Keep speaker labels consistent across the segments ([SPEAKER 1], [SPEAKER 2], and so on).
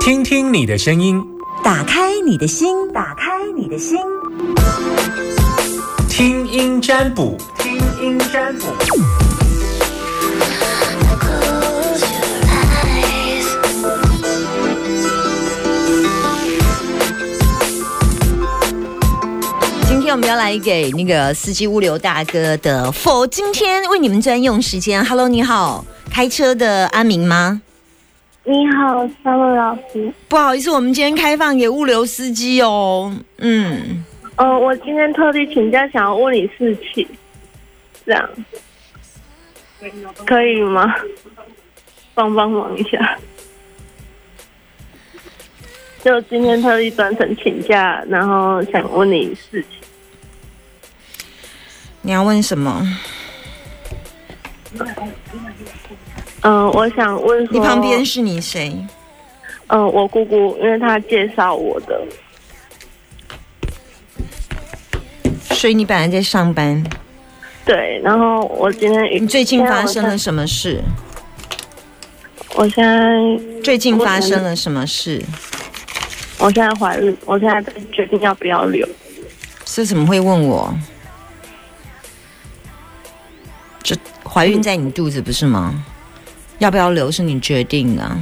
[SPEAKER 1] 听听你的声音，
[SPEAKER 2] 打开你的心，打开你的心，
[SPEAKER 1] 听音占卜，听音占卜。
[SPEAKER 3] Close your eyes.
[SPEAKER 2] 今天我们要来给那个司机物流大哥的否今天为你们专用时间。Hello，你好，开车的阿明吗？
[SPEAKER 4] 你好，三位老师。
[SPEAKER 2] 不好意思，我们今天开放给物流司机哦。嗯，
[SPEAKER 4] 呃，我今天特地请假，想要问你事情，这样可以吗？帮帮忙一下。就今天特地专程请假，然后想问你事情。
[SPEAKER 2] 你要问什么？
[SPEAKER 4] 嗯、我想问说，
[SPEAKER 2] 你旁边？是你谁？
[SPEAKER 4] 嗯、我姑姑，因为她介绍我的。
[SPEAKER 2] 所以你本来在上班，
[SPEAKER 4] 对，然后我今天
[SPEAKER 2] 你最近发生了什么事？
[SPEAKER 4] 我现在
[SPEAKER 2] 最近发生了什么事？
[SPEAKER 4] 我现在怀孕，我现在决定要不要留。
[SPEAKER 2] 是怎么会问我？就怀孕在你肚子不是吗？要不要留是你决定的啊。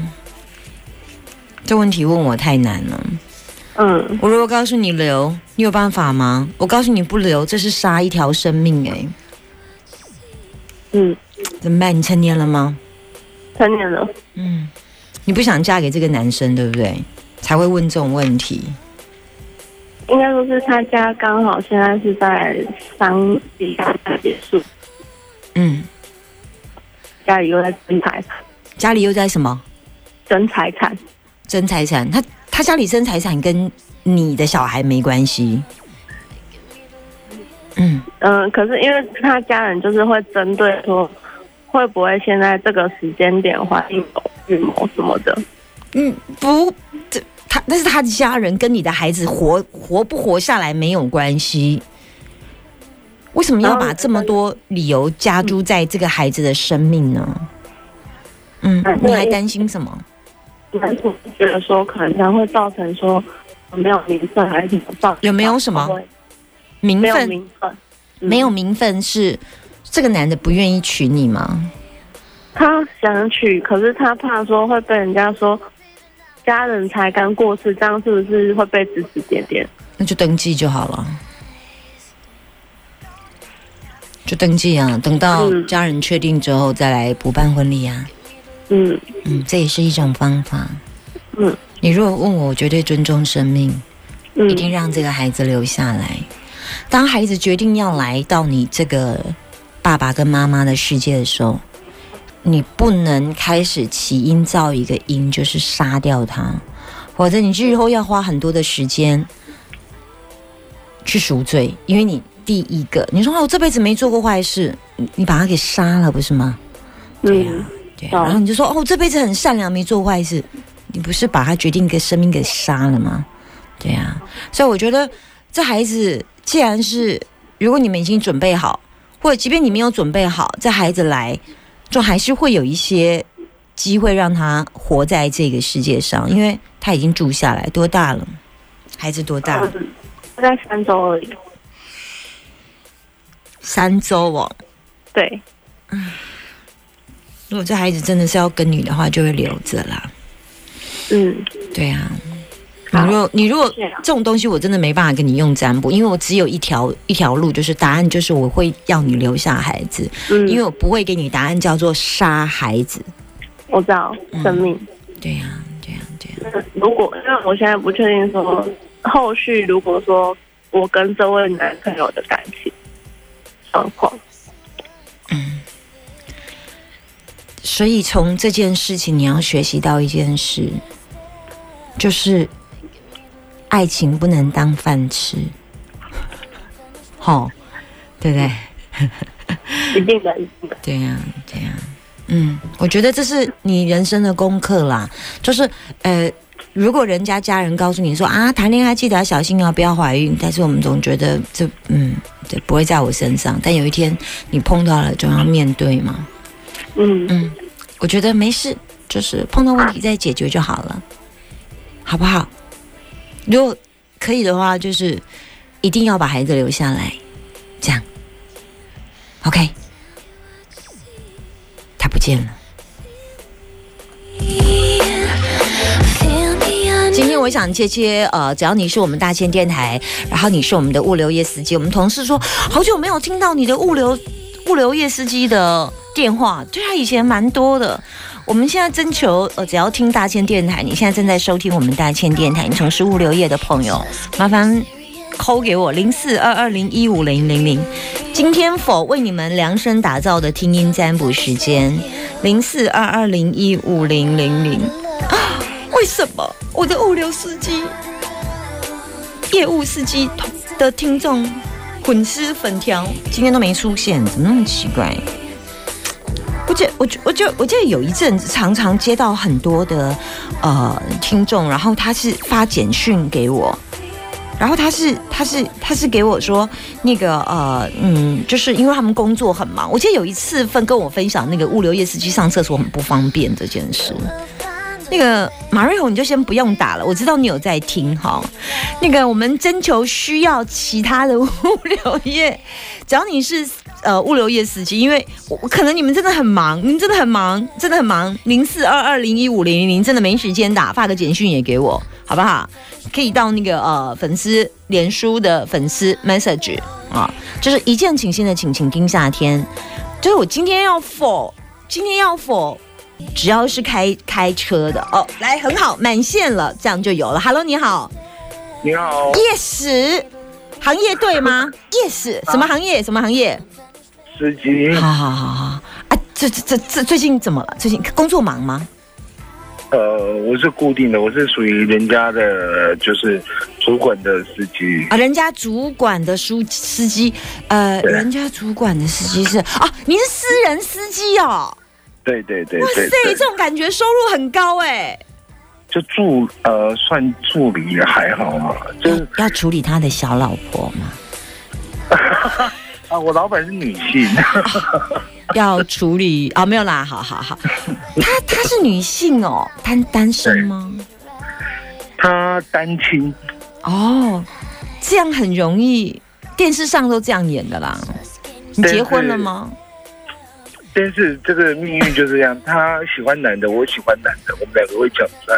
[SPEAKER 2] 这问题问我太难了。
[SPEAKER 4] 嗯，
[SPEAKER 2] 我如果告诉你留，你有办法吗？我告诉你不留，这是杀一条生命诶、
[SPEAKER 4] 嗯，
[SPEAKER 2] 怎么办？你成年了吗？
[SPEAKER 4] 成年了，
[SPEAKER 2] 嗯，你不想嫁给这个男生，对不对？才会问这种问题。
[SPEAKER 4] 应该说是他家刚好现在是在商礼结束，
[SPEAKER 2] 嗯，
[SPEAKER 4] 家里又在争财
[SPEAKER 2] 家里又在什么
[SPEAKER 4] 争财产，
[SPEAKER 2] 争财产？他他家里争财产跟你的小孩没关系。嗯，
[SPEAKER 4] 嗯、可是因为他家人就是会针对说，会不会现在这个时间点怀孕某预谋什么的，
[SPEAKER 2] 嗯，不，这他那是他的家人跟你的孩子活活不活下来没有关系。为什么要把这么多理由加诸在这个孩子的生命呢？嗯，你还担心什么？
[SPEAKER 4] 但是我觉得说可能他会造成说没有名分还是怎么造成
[SPEAKER 2] 有没有什么
[SPEAKER 4] 会不会
[SPEAKER 2] 名
[SPEAKER 4] 没有
[SPEAKER 2] 分
[SPEAKER 4] 名分？嗯
[SPEAKER 2] 没有，名分是这个男的不愿意娶你吗？
[SPEAKER 4] 他想娶，可是他怕说会被人家说家人才刚过世，这样是不是会被指指点点？
[SPEAKER 2] 那就登记就好了，就登记啊，等到
[SPEAKER 4] 嗯
[SPEAKER 2] 家人确定之后再来补办婚礼啊。
[SPEAKER 4] 嗯
[SPEAKER 2] 嗯，这也是一种方法。
[SPEAKER 4] 嗯，
[SPEAKER 2] 你如果问我，我绝对尊重生命，
[SPEAKER 4] 嗯
[SPEAKER 2] 一定让这个孩子留下来。当孩子决定要来到你这个爸爸跟妈妈的世界的时候，你不能开始起因造一个因，就是杀掉他，否则你日后要花很多的时间去赎罪，因为你第一个你说哦，我这辈子没做过坏事，你你把他给杀了，不是吗？对呀、
[SPEAKER 4] 嗯
[SPEAKER 2] 对、
[SPEAKER 4] 懂
[SPEAKER 2] 然后你就说哦，这辈子很善良，没做坏事，你不是把他决定一个生命给杀了吗？对呀、所以我觉得这孩子既然是，如果你们已经准备好，或者即便你没有准备好，这孩子来，就还是会有一些机会让他活在这个世界上，因为他已经住下来，多大了？孩子多大了？
[SPEAKER 4] 嗯大概三周而已。
[SPEAKER 2] 三周哦。
[SPEAKER 4] 对，
[SPEAKER 2] 如果这孩子真的是要跟你的话，就会留着啦。
[SPEAKER 4] 嗯，
[SPEAKER 2] 对啊，你
[SPEAKER 4] 好
[SPEAKER 2] 如果你如果
[SPEAKER 4] 谢谢啊
[SPEAKER 2] 这种东西我真的没办法跟你用占卜，因为我只有一条一条路，就是答案就是我会要你留下孩子，
[SPEAKER 4] 嗯，
[SPEAKER 2] 因为我不会给你答案叫做杀孩子。
[SPEAKER 4] 我知道生命。
[SPEAKER 2] 对呀、对呀、对呀、啊
[SPEAKER 4] 如果因为我现在不确定说后续，如果说我跟这位男朋友的感情状况，
[SPEAKER 2] 所以从这件事情，你要学习到一件事，就是爱情不能当饭吃。 好、对不对？
[SPEAKER 4] 一定的，一定的。
[SPEAKER 2] 对呀、对呀、嗯，我觉得这是你人生的功课啦，就是呃，如果人家家人告诉你说啊，谈恋爱记得要小心啊，不要怀孕，但是我们总觉得这嗯，对，不会在我身上，但有一天你碰到了，就要面对嘛。
[SPEAKER 4] 嗯，
[SPEAKER 2] 嗯，我觉得没事，就是碰到问题再解决就好了。好不好？如果可以的话，就是一定要把孩子留下来，这样，OK？他不见了。
[SPEAKER 3] Feel me under
[SPEAKER 2] 今天我想接接，呃，只要你是我们大千电台，然后你是我们的物流业司机，我们同事说好久没有听到你的物流物流业司机的电话，对啊，以前蛮多的。我们现在征求，呃，只要听大千电台，你现在正在收听我们大千电台，你从事物流业的朋友，麻烦扣给我零四二二零一五零零零。今天否为你们量身打造的听音占卜时间，零四二二零一五零零零。为什么我的物流司机、业务司机的听众混吃粉条今天都没出现，怎么那么奇怪？我记，我觉，我就我记得有一阵子常常接到很多的呃听众，然后他是发简讯给我，然后他是他是他是给我说那个呃嗯，就是因为他们工作很忙。我记得有一次分跟我分享那个物流业司机上厕所很不方便这件事。那个马瑞红，你就先不用打了，我知道你有在听哈。那个我们征求需要其他的物流业， 只要你是呃物流业司机，因为我可能你们真的很忙，你们真的很忙，真的很忙。零四二二零一五零零零真的没时间打，发个简讯也给我，好不好？可以到那个呃粉丝脸书的粉丝 message 啊，就是一见倾心的请请听夏天，就是我今天要否，今天要否只要是开开车的哦，来很好，满线了，这样就有了。Hello，你好
[SPEAKER 5] 你好，
[SPEAKER 2] ，Yes，行业对吗？Yes，什么行业？什么行业？
[SPEAKER 5] 司机，
[SPEAKER 2] 啊好好好好啊，这这这这最近怎么了？最近工作忙吗？
[SPEAKER 5] 呃，我是固定的，我是属于人家的，就是主管的司机。
[SPEAKER 2] 啊，人家主管的司司机，呃，
[SPEAKER 5] 对
[SPEAKER 2] 人家主管的司机是啊，你是私人司机哦，
[SPEAKER 5] 对对对
[SPEAKER 2] 哇
[SPEAKER 5] 对
[SPEAKER 2] 塞，
[SPEAKER 5] 对
[SPEAKER 2] 这，种感觉收入很高哎，
[SPEAKER 5] 就助呃算助理也还好嘛，就是
[SPEAKER 2] 要要处理他的小老婆吗？
[SPEAKER 5] 啊，我老板是女性，
[SPEAKER 2] 要处理啊、没有啦，好好好，她她是女性哦，单单身吗？
[SPEAKER 5] 她单亲，
[SPEAKER 2] 哦，这样很容易，电视上都这样演的啦。你结婚了吗？
[SPEAKER 5] 但是这个命运就是这样，她喜欢男的，我喜欢男的，我们两个会讲在。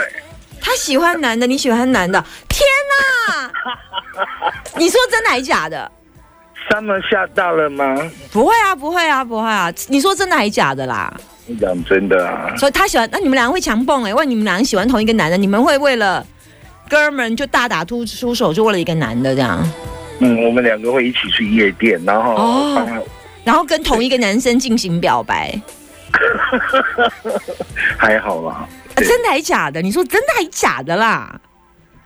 [SPEAKER 2] 她喜欢男的，你喜欢男的，天哪、你说真的还假的？
[SPEAKER 5] 山门下大了吗？
[SPEAKER 2] 不会啊，不会啊，不会啊！你说真的还假的啦？
[SPEAKER 5] 你讲真的啊，
[SPEAKER 2] 所以她喜欢，那你们两个会强蹦哎、欸？问你们两个喜欢同一个男的，你们会为了哥们就大打突出手，就为了一个男的这样？
[SPEAKER 5] 嗯，我们两个会一起去夜店，然后
[SPEAKER 2] 哦
[SPEAKER 5] 帮她
[SPEAKER 2] 然后跟同一个男生进行表白，
[SPEAKER 5] 还好啦。
[SPEAKER 2] 啊、
[SPEAKER 5] 对
[SPEAKER 2] 真的还假的？你说真的还假的啦？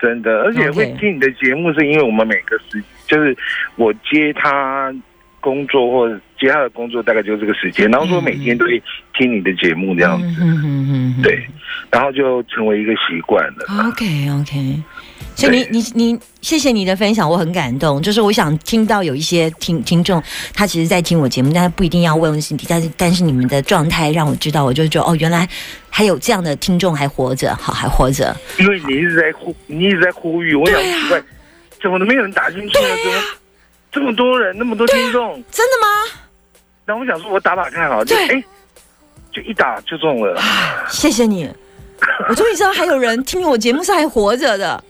[SPEAKER 5] 真的，而且
[SPEAKER 2] OK
[SPEAKER 5] 会听你的节目，是因为我们每个时，就是我接他工作或者接他的工作，大概就是这个时间，然后说每天都会听你的节目这样子，
[SPEAKER 2] 嗯啊哼哼哼哼
[SPEAKER 5] 对，然后就成为一个习惯了。
[SPEAKER 2] OK OK，所以你你你，谢谢你的分享，我很感动。就是我想听到有一些听听众，他其实在听我节目，但他不一定要问问心底，但是但是你们的状态让我知道，我就觉得哦，原来还有这样的听众还活着，好还活着。
[SPEAKER 5] 因为你一直在呼，你一直在呼吁，我想奇怪，
[SPEAKER 2] 啊
[SPEAKER 5] 怎么都没有人打进去呢？怎么这么多人，那么多听众？
[SPEAKER 2] 真的吗？
[SPEAKER 5] 然后我想说，我打打看好了，就
[SPEAKER 2] 对
[SPEAKER 5] 哎，就一打就中了。
[SPEAKER 2] 谢谢你，我终于知道还有人听我节目是还活着的。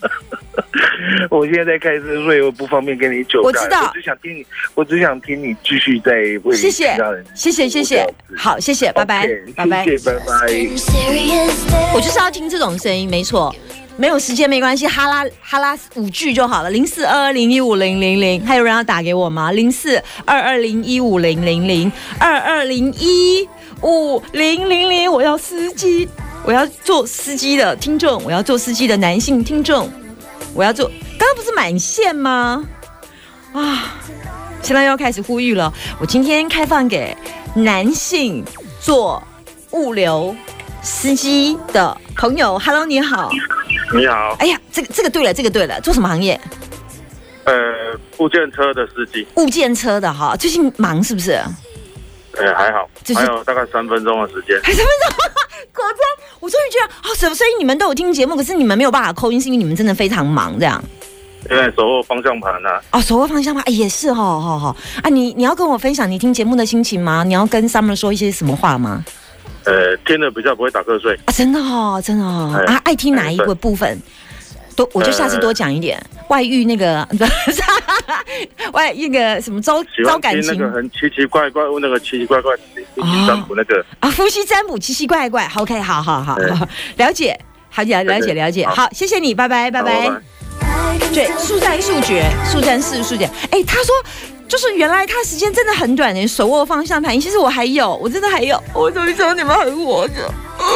[SPEAKER 5] 我现在在开车，所以我不方便跟你久
[SPEAKER 2] 我
[SPEAKER 5] 干
[SPEAKER 2] 知道
[SPEAKER 5] 我只想听你，我只想听你继续在为
[SPEAKER 2] 谢谢
[SPEAKER 5] 其他人，
[SPEAKER 2] 谢谢，谢谢
[SPEAKER 5] 我这样，子
[SPEAKER 2] 好，谢谢，拜拜
[SPEAKER 5] OK，，
[SPEAKER 2] 拜拜。
[SPEAKER 5] 谢谢，拜拜。
[SPEAKER 3] serious
[SPEAKER 2] 我就是要听这种声音，没错。没有时间没关系，哈拉哈拉五句就好了。零四二二零一五零零零，还有人要打给我吗？零四二二零一五零零零二二零一五零零零，我要司机，我要做司机的听众，我要做司机的男性听众，我要做。刚刚不是满线吗？啊，现在要开始呼吁了。我今天开放给男性做物流司机的朋友，Hello，你好。
[SPEAKER 6] 你好，
[SPEAKER 2] 哎呀，这个这个对了，这个对了，做什么行业？
[SPEAKER 6] 呃，部件车的司机，
[SPEAKER 2] 物件车的哈，最 近忙是不是？
[SPEAKER 6] 呃，还好
[SPEAKER 2] 就，是
[SPEAKER 6] 还有大概三分钟的时间，
[SPEAKER 2] 还三分钟，可真，我终于觉得哦，什么声音你们都有听节目，可是你们没有办法扣音，是因为你们真的非常忙这样。
[SPEAKER 6] 现在手握方向盘啊，
[SPEAKER 2] 哦，手握方向盘、哎也是哦，好、哦、好、啊，你你要跟我分享你听节目的心情吗？你要跟 Summer 说一些什么话吗？
[SPEAKER 6] 呃，听了比较不会打瞌睡。
[SPEAKER 2] 啊，真的哦，真的哦，
[SPEAKER 6] 哎
[SPEAKER 2] 啊，爱听哪
[SPEAKER 6] 哎
[SPEAKER 2] 一
[SPEAKER 6] 对哎
[SPEAKER 2] 个部分？多，我就下次多讲一点。外遇那个， 不是外那个什么招
[SPEAKER 6] 喜
[SPEAKER 2] 招
[SPEAKER 6] 欢
[SPEAKER 2] 感
[SPEAKER 6] 听那
[SPEAKER 2] 情哦
[SPEAKER 6] 个很奇奇怪怪，问那个奇奇怪怪，星期占卜那个，
[SPEAKER 2] 啊，夫妻占卜奇奇怪怪。OK，好好好
[SPEAKER 6] 对
[SPEAKER 2] 好，了解，好了了解
[SPEAKER 6] 对对
[SPEAKER 2] 了解。
[SPEAKER 6] 好
[SPEAKER 2] 好，谢谢你，拜拜拜
[SPEAKER 6] 好
[SPEAKER 2] 拜。对，速战速决，速战速速决。哎，他说。就是原来他时间真的很短的，手握方向盘。其实我还有，我真的还有，我怎么知道你们还活着？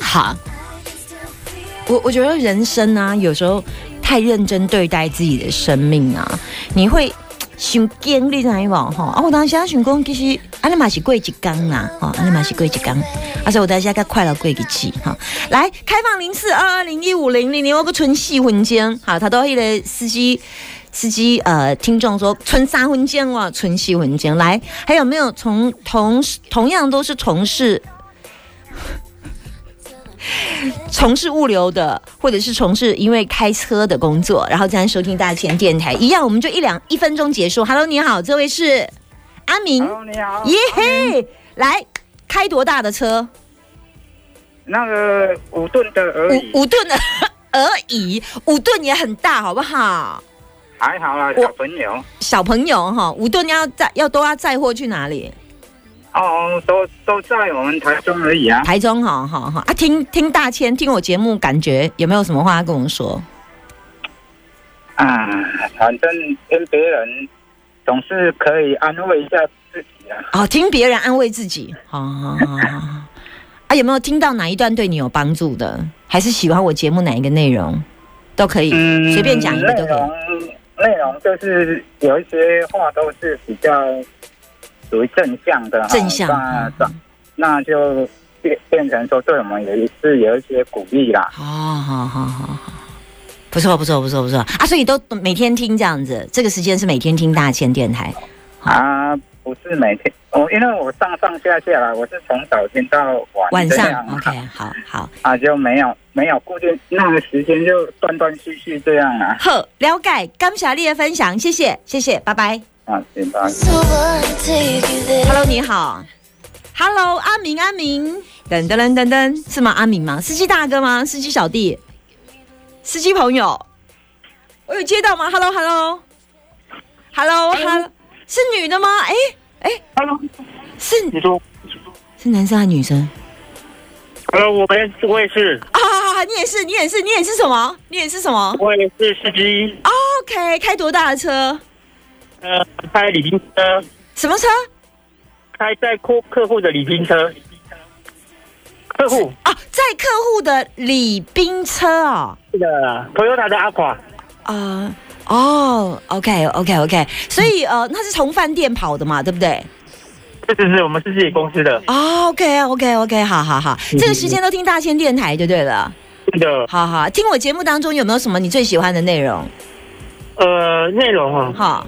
[SPEAKER 2] 好，我我觉得人生啊，有时候太认真对待自己的生命啊，你会想经历哪一往哈？啊，我当时也想讲，其实阿尼玛是过一天啦，哦，阿尼玛是过一天，啊，所以我当时该快乐过一次哈、来，开放零四二二零一五零零零，我个存四分钟，好，他都迄个司机。司机呃，听众说存三分钟哇，存四分钟。来，还有没有从同同样都是从事从事物流的，或者是从事因为开车的工作，然后再收听大千电台一样，我们就一两一分钟结束。Hello，你好，这位是阿明，
[SPEAKER 7] Hello，你哦好。
[SPEAKER 2] 耶嘿，来开多大的车？
[SPEAKER 7] 那个五吨的而已，
[SPEAKER 2] 五五吨的而已，五吨也很大，好不好？
[SPEAKER 7] 还好啦，
[SPEAKER 2] 我
[SPEAKER 7] 小朋友。
[SPEAKER 2] 小朋友哈，五吨要载要都要载货去哪里？
[SPEAKER 7] 哦，都都在我们台中而已啊。
[SPEAKER 2] 台中哈，好好啊！听听大千听我节目，感觉有没有什么话要跟我说？
[SPEAKER 7] 啊，反正跟别人总是可以安慰一下自己啊。
[SPEAKER 2] 哦，听别人安慰自己，好好好好好。啊，有没有听到哪一段对你有帮助的？还是喜欢我节目哪一个内容？都可以，
[SPEAKER 7] 嗯，
[SPEAKER 2] 随便讲一个都
[SPEAKER 7] 内
[SPEAKER 2] 可以。
[SPEAKER 7] 容嗯内容就是有一些话都是比较属于正向的哈，哦
[SPEAKER 2] 正向嗯
[SPEAKER 7] 那那那就变变成说对我们也是有一些鼓励啦。
[SPEAKER 2] 好好好好好，不错不错不错不错啊！所以都每天听这样子，这个时间是每天听大千电台。
[SPEAKER 7] 啊，不是每天，我、因为我上上下下来，我是从早听到晚
[SPEAKER 2] 晚
[SPEAKER 7] 这
[SPEAKER 2] 上
[SPEAKER 7] 样
[SPEAKER 2] ，OK，好好，
[SPEAKER 7] 啊，就没有没有固定那个时间，就断断续续这样啊
[SPEAKER 2] 好，了解，感谢你的分享，谢谢，谢谢，拜拜。
[SPEAKER 7] 啊，对吧？
[SPEAKER 3] So I take you there.
[SPEAKER 2] Hello，你好，Hello，阿明，阿明，噔噔噔噔噔，是吗？阿明吗？司机大哥吗？司机小弟，司机朋友，我有接到吗？Hello，Hello，Hello，Hello，是女的吗？哎哎，Hello，是
[SPEAKER 8] 你说
[SPEAKER 2] 是男生还是女生？
[SPEAKER 8] ，Hello，我们我也是，
[SPEAKER 2] 啊，你也是，你也是，你也是什么？你也是什么
[SPEAKER 8] 我也是司机，
[SPEAKER 2] ？OK，开多大的车？
[SPEAKER 8] 呃，开礼宾车，
[SPEAKER 2] 什么车？
[SPEAKER 8] 开在客客户的礼宾车，客户
[SPEAKER 2] 啊，载客户的礼宾车哦。
[SPEAKER 8] 是的，Toyota 的 Aqua，
[SPEAKER 2] 啊、哦，OK OK OK，所以呃，那是从饭店跑的嘛，对不对？
[SPEAKER 8] 这只是我们是自己公司的，
[SPEAKER 2] 啊、o k OK OK，好好好，这个时间都听大千电台就对了。
[SPEAKER 8] 是的，
[SPEAKER 2] 好好，听我节目当中有没有什么你最喜欢的内容？
[SPEAKER 8] 呃，内容啊，
[SPEAKER 2] 哈，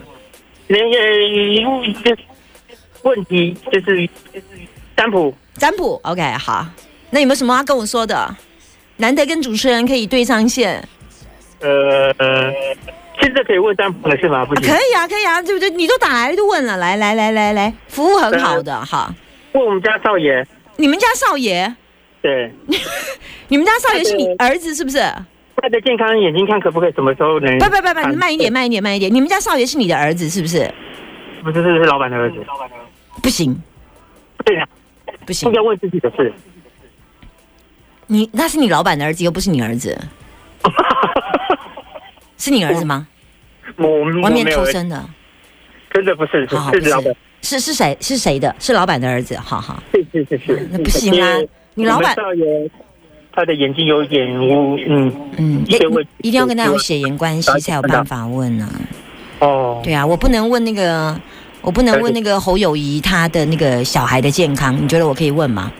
[SPEAKER 8] 那个就是问题就是占卜，
[SPEAKER 2] 占卜 OK 好，那有没有什么要跟我说的？难得跟主持人可以对上线，啊
[SPEAKER 8] 呃，现在可以问占卜了是吗？不
[SPEAKER 2] 啊
[SPEAKER 8] 行
[SPEAKER 2] 可，以啊，可以啊，对不对？你都打来就问了，来来来来来，服务很好的哈。
[SPEAKER 8] 问我们家少爷，
[SPEAKER 2] 你们家少爷，
[SPEAKER 8] 对，
[SPEAKER 2] 你们家少爷是你儿子是不是？
[SPEAKER 8] 他的健康眼睛看可不可以什么时候能？
[SPEAKER 2] 不不不不，你慢一点，，慢一点，慢一点。你们家少爷是你的儿子是不是？
[SPEAKER 8] 不是，是是老板的儿子，老板的儿子，
[SPEAKER 2] 不行
[SPEAKER 8] 对呀。
[SPEAKER 2] 不行
[SPEAKER 8] 应该，问自己的事。
[SPEAKER 2] 你那是你老板的儿子，又不是你儿子，是你儿子吗？
[SPEAKER 8] 我嗯我们
[SPEAKER 2] 外面
[SPEAKER 8] 没有
[SPEAKER 2] 偷，生的，
[SPEAKER 8] 真的不是，
[SPEAKER 2] 好好
[SPEAKER 8] 是
[SPEAKER 2] 啊不
[SPEAKER 8] 老板
[SPEAKER 2] 是，是是谁是谁的？是老板的儿子，好好，
[SPEAKER 8] 是是是是，
[SPEAKER 2] 那不行啊
[SPEAKER 8] 因为
[SPEAKER 2] 你老板
[SPEAKER 8] 嗯我们少爷他的眼睛有点污，嗯，
[SPEAKER 2] 嗯，
[SPEAKER 8] 一些问题
[SPEAKER 2] 一定要跟他有血缘关系才有办法问啊。
[SPEAKER 8] 哦，
[SPEAKER 2] 对啊，我不能问那个，我不能问那个侯友谊他的那个小孩的健康，你觉得我可以问吗？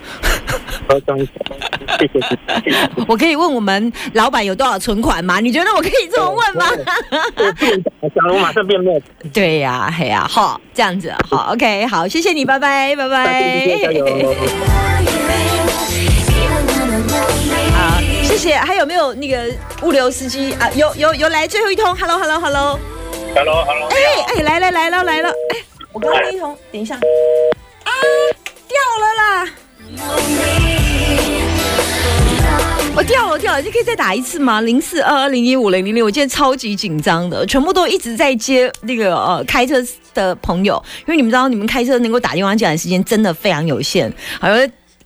[SPEAKER 8] 我懂，谢谢谢谢。
[SPEAKER 2] 我可以问我们老板有多少存款吗？你觉得我可以这么问吗？
[SPEAKER 8] 我想我马上变笨，
[SPEAKER 2] 对呀、嘿呀、好，这样子，好，OK，好，谢谢你，拜拜，拜
[SPEAKER 8] 谢谢加
[SPEAKER 2] 拜。
[SPEAKER 8] 油。
[SPEAKER 2] 好，谢谢。还有没有那个物流司机啊？有有有来最后一通，Hello，Hello，Hello。
[SPEAKER 6] Hello，Hello，
[SPEAKER 2] 哎哎，来了来了来了，哎，我刚刚那一通，等一下，啊，掉了啦，我掉了掉了，你可以再打一次吗？零四二二零一五零零零，我今天超级紧张的，全部都一直在接那个呃开车的朋友，因为你们知道你们开车能够打电话进来的时间真的非常有限，好像。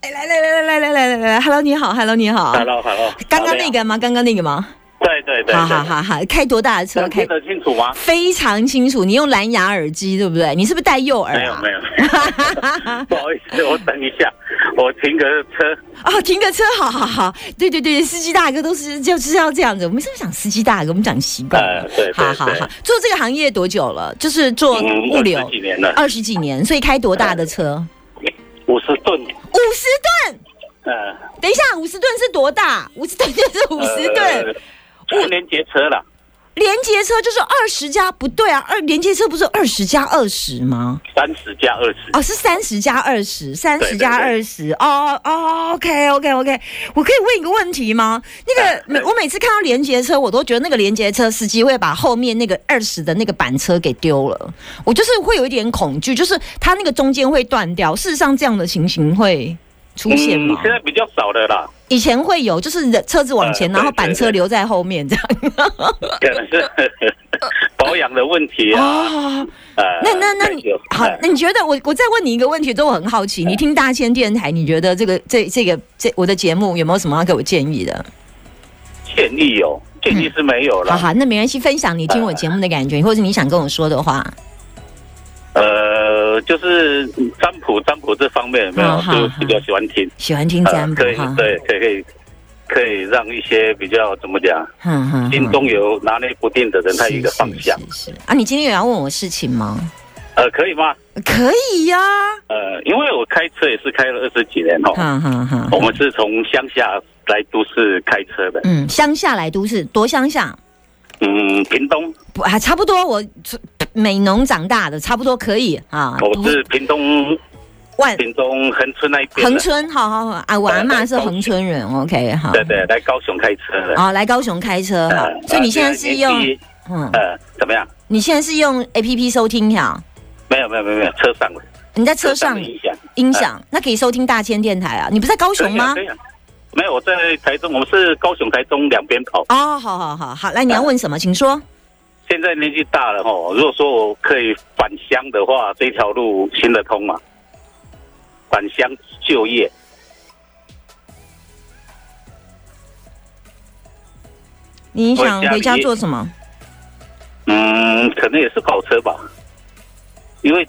[SPEAKER 2] 哎，来来来来来来来来来，Hello，你好，Hello，你好
[SPEAKER 6] Hello，Hello，
[SPEAKER 2] 哎刚刚那个吗？刚刚那个吗？
[SPEAKER 6] 对对对，
[SPEAKER 2] 好好好好，开多大的车？
[SPEAKER 6] 能
[SPEAKER 2] 开
[SPEAKER 6] 听得清楚吗？
[SPEAKER 2] 非常清楚，你用蓝牙耳机对不对？你是不是戴右耳、啊？
[SPEAKER 6] 没有没有， 不好意思，我等一下，我停个车。
[SPEAKER 2] 哦，停个车，好好好，对对对，司机大哥都是就是要这样子。我们是不是讲司机大哥？我们讲习惯了。
[SPEAKER 6] 呃对对
[SPEAKER 2] 好好
[SPEAKER 6] 对
[SPEAKER 2] 好。做这个行业多久了？就是做
[SPEAKER 6] 嗯
[SPEAKER 2] 物流
[SPEAKER 6] 二十几年了呃
[SPEAKER 2] 二十几年，所以开多大的车？
[SPEAKER 6] 五十吨，
[SPEAKER 2] 五十吨。
[SPEAKER 6] 呃，
[SPEAKER 2] 等一下，五十吨是多大？五十吨就是五十吨，
[SPEAKER 6] 五呃年节车了，
[SPEAKER 2] 连接车就是二十加，不对啊，二连接车不是二十加二十吗？
[SPEAKER 6] 三十加二十。
[SPEAKER 2] 哦，是三十加二十，三
[SPEAKER 6] 对
[SPEAKER 2] 十
[SPEAKER 6] 对
[SPEAKER 2] 加二十，哦哦，OK OK OK，我可以问一个问题吗？那 个每我每次看到连接车，我都觉得那个连接车司机会把后面那个二十的那个板车给丢了，我就是会有一点恐惧，就是它那个中间会断掉。事实上，这样的情形会出现吗？
[SPEAKER 6] 嗯现在比较少的啦，
[SPEAKER 2] 以前会有，就是人车子往前，
[SPEAKER 6] 呃
[SPEAKER 2] 然后
[SPEAKER 6] 对对
[SPEAKER 2] 板车
[SPEAKER 6] 对
[SPEAKER 2] 留在后面这样。
[SPEAKER 6] 可能是 保养的 问题啊。
[SPEAKER 2] 哦，
[SPEAKER 6] 呃
[SPEAKER 2] 那那那你
[SPEAKER 6] 就哎
[SPEAKER 2] 好，那你觉得我我再问你一个问题，都我很好奇，你听大千电台，你觉得这个这这个这我的节目有没有什么要给我建议的？
[SPEAKER 6] 建议有，建议是没有
[SPEAKER 2] 嗯好
[SPEAKER 6] 了。
[SPEAKER 2] 好，那没关系，分享你
[SPEAKER 6] 哎
[SPEAKER 2] 听我节目的感觉，或者你想跟我说的话。
[SPEAKER 6] 呃，就是占卜占卜这方面有没
[SPEAKER 2] 好
[SPEAKER 6] 有
[SPEAKER 2] 哦好
[SPEAKER 6] 就
[SPEAKER 2] 好
[SPEAKER 6] 比较喜欢听，
[SPEAKER 2] 喜欢听
[SPEAKER 6] 呃
[SPEAKER 2] 占卜
[SPEAKER 6] 可以
[SPEAKER 2] 哈，
[SPEAKER 6] 对可以可以可以让一些比较怎么讲
[SPEAKER 2] 哼哼
[SPEAKER 6] 心中有拿捏不定的人，他有一个方向。
[SPEAKER 2] 嗯是是是啊，你今天有要问我事情吗？
[SPEAKER 6] 呃，可以吗？
[SPEAKER 2] 可以呀、
[SPEAKER 6] 呃，因为我开车也是开了二十几年哦，
[SPEAKER 2] 哈哈哈。
[SPEAKER 6] 我们是从乡下来都市开车的，
[SPEAKER 2] 嗯，乡下来都市，多乡下，
[SPEAKER 6] 嗯，屏东，
[SPEAKER 2] 不啊，差不多我美农长大的，差不多可以啊。
[SPEAKER 6] 我是屏东
[SPEAKER 2] 万
[SPEAKER 6] 屏东恒春那一边
[SPEAKER 2] 恒
[SPEAKER 6] 的，
[SPEAKER 2] 春，好好好啊，我阿妈是恒春人，OK，好。
[SPEAKER 6] 对对，来高雄开车的。
[SPEAKER 2] 哦，来高雄开车哈，
[SPEAKER 6] 呃
[SPEAKER 2] 所以你现在是
[SPEAKER 6] 呃
[SPEAKER 2] 用
[SPEAKER 6] 年纪
[SPEAKER 2] 嗯，
[SPEAKER 6] 呃怎么样？
[SPEAKER 2] 你现在是用 A P P 收听呀？
[SPEAKER 6] 没有没有没有没有，车上了，
[SPEAKER 2] 你在车上
[SPEAKER 6] 的音响，
[SPEAKER 2] 音
[SPEAKER 6] 啊
[SPEAKER 2] 响，那可以收听大千电台啊？你不是在高雄吗
[SPEAKER 6] 可？以啊可以啊没有，我在台中，我们是高雄、台中两边跑。
[SPEAKER 2] 哦，好好好好，来你要问什么，请说。
[SPEAKER 6] 现在年纪大了哦，如果说我可以返乡的话，这条路行得通吗？返乡就业，
[SPEAKER 2] 你想
[SPEAKER 6] 我
[SPEAKER 2] 回
[SPEAKER 6] 家
[SPEAKER 2] 家
[SPEAKER 6] 里
[SPEAKER 2] 做什么？
[SPEAKER 6] 嗯，可能也是跑车吧，因为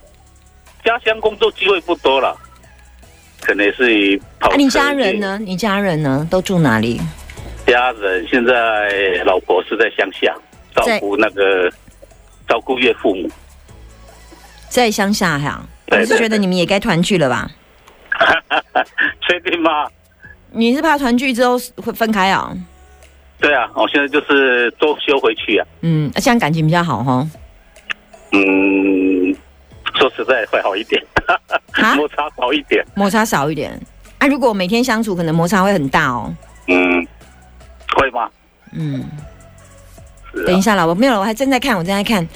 [SPEAKER 6] 家乡工作机会不多了，可能也是以跑
[SPEAKER 2] 啊，
[SPEAKER 6] 车。
[SPEAKER 2] 你家人？呢？你家人呢？都住哪里？
[SPEAKER 6] 家人现在老婆是在乡下照
[SPEAKER 2] 在
[SPEAKER 6] 顾那个照顾岳父母，
[SPEAKER 2] 在乡下哈。
[SPEAKER 6] 对
[SPEAKER 2] 我是
[SPEAKER 6] 对
[SPEAKER 2] 觉得
[SPEAKER 6] 对
[SPEAKER 2] 你们也该团聚了吧？
[SPEAKER 6] 确定吗？
[SPEAKER 2] 你是怕团聚之后会分开啊？
[SPEAKER 6] 对啊，我现在就是周休回去啊。
[SPEAKER 2] 嗯，这样感情比较好哈。
[SPEAKER 6] 嗯，说实在会好一点，
[SPEAKER 2] 啊
[SPEAKER 6] 摩擦少一点。
[SPEAKER 2] 摩擦少一点。啊，如果每天相处，可能摩擦会很大哦。
[SPEAKER 6] 嗯，会吗？
[SPEAKER 2] 嗯。
[SPEAKER 6] 是
[SPEAKER 2] 等
[SPEAKER 6] 啊
[SPEAKER 2] 一，下啦，我没有了，我还正在看，我正在看，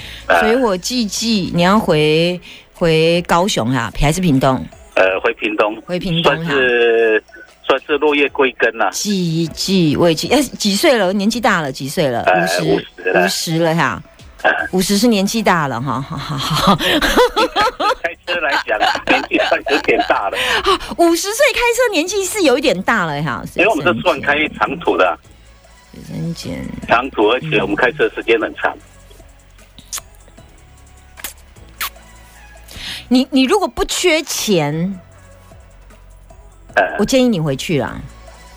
[SPEAKER 2] 所以我记记你要回回高雄啊，还是屏东？
[SPEAKER 6] 呃，回屏东，
[SPEAKER 2] 回屏东啊
[SPEAKER 6] 算
[SPEAKER 2] 哈。
[SPEAKER 6] 是算是落叶归根 啊了、
[SPEAKER 2] 记一记，我已经哎几岁了？年纪大了，几岁了？
[SPEAKER 6] 哎
[SPEAKER 2] 五十
[SPEAKER 6] 50了
[SPEAKER 2] 五十了哈
[SPEAKER 6] 哎，
[SPEAKER 2] 五十是年纪大了哈， 好好好，
[SPEAKER 6] 开车来讲， 年纪算有点 大了，
[SPEAKER 2] 五十岁开车年纪是有一点大了哈。
[SPEAKER 6] 哎因为我们是算开长途的啊，
[SPEAKER 2] 人减
[SPEAKER 6] 长途，而
[SPEAKER 2] 嗯
[SPEAKER 6] 且我们开车时间很长。
[SPEAKER 2] 你你如果不缺钱，
[SPEAKER 6] 呃哎
[SPEAKER 2] 我建议你回去啦。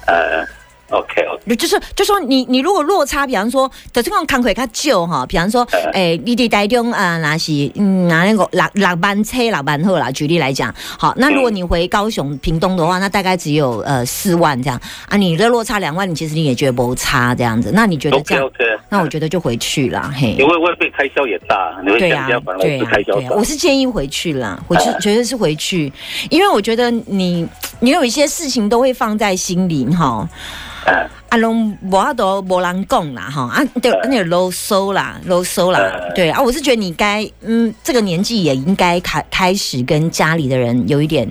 [SPEAKER 6] 呃， OK OK。
[SPEAKER 2] 就是就说你你如果落差，比方说，就是讲工课较少哈，比方说，诶、你伫台中啊，那、是嗯，拿那个六六班车六班后啦，举例来讲，好，那如果你回高雄、屏东的话，那大概只有呃四万这样啊，你的落差两万，你其实你也觉得不差这样子，那你觉得这
[SPEAKER 6] OK
[SPEAKER 2] 样
[SPEAKER 6] OK，
[SPEAKER 2] 那我觉得就回去啦，嘿
[SPEAKER 6] 因。为外面开销也大，你会
[SPEAKER 2] 对
[SPEAKER 6] 想
[SPEAKER 2] 呀
[SPEAKER 6] 家反，而
[SPEAKER 2] 对
[SPEAKER 6] 是
[SPEAKER 2] 呀、
[SPEAKER 6] 开销
[SPEAKER 2] 对呀、
[SPEAKER 6] 大。
[SPEAKER 2] 我是建议回去 啦，我是觉得是回去，因为我觉得你你有一些事情都会放在心里哈。啊，拢无法度无人讲啦，哈啊，对，啊你啰嗦啦，啰嗦啦，对啊，我是觉得你该，嗯，这个年纪也应该开开始跟家里的人有一点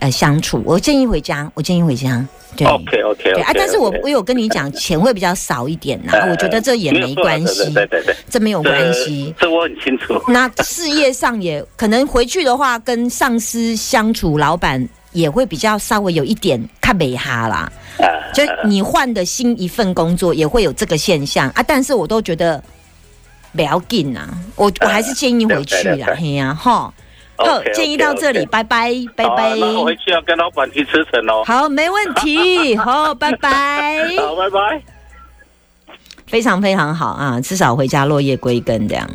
[SPEAKER 2] 呃相处。我建议回家，我建议回家，对
[SPEAKER 6] OK OK
[SPEAKER 2] 对
[SPEAKER 6] OK。
[SPEAKER 2] 啊，但是我我有跟你讲，钱会比较少一点啦，我觉得这也
[SPEAKER 6] 啊哎没有
[SPEAKER 2] 没
[SPEAKER 6] 错啦
[SPEAKER 2] 关系，
[SPEAKER 6] 对对对对，
[SPEAKER 2] 这没有
[SPEAKER 6] 有
[SPEAKER 2] 关系。
[SPEAKER 6] 这我很清楚。啊
[SPEAKER 2] 那事业上也可能回去的话，跟上司相处，老板也会比较稍微有一点看美哈啦。
[SPEAKER 6] 啊
[SPEAKER 2] 就你换的新一份工作也会有这个现象啊，但是我都觉得不要紧啊，我我还是建议回去
[SPEAKER 6] 了解
[SPEAKER 2] 啦
[SPEAKER 6] 了，解
[SPEAKER 2] 嘿呀、哈。好，
[SPEAKER 6] OK，OK，OK
[SPEAKER 2] 建议到这里，拜拜，拜
[SPEAKER 6] 好啊
[SPEAKER 2] 拜。
[SPEAKER 6] 那我回去要跟老板提辞呈哦。
[SPEAKER 2] 好，没问题，好，拜拜。
[SPEAKER 6] 好，拜拜。
[SPEAKER 2] 非常非常好啊，至少回家落叶归根这样。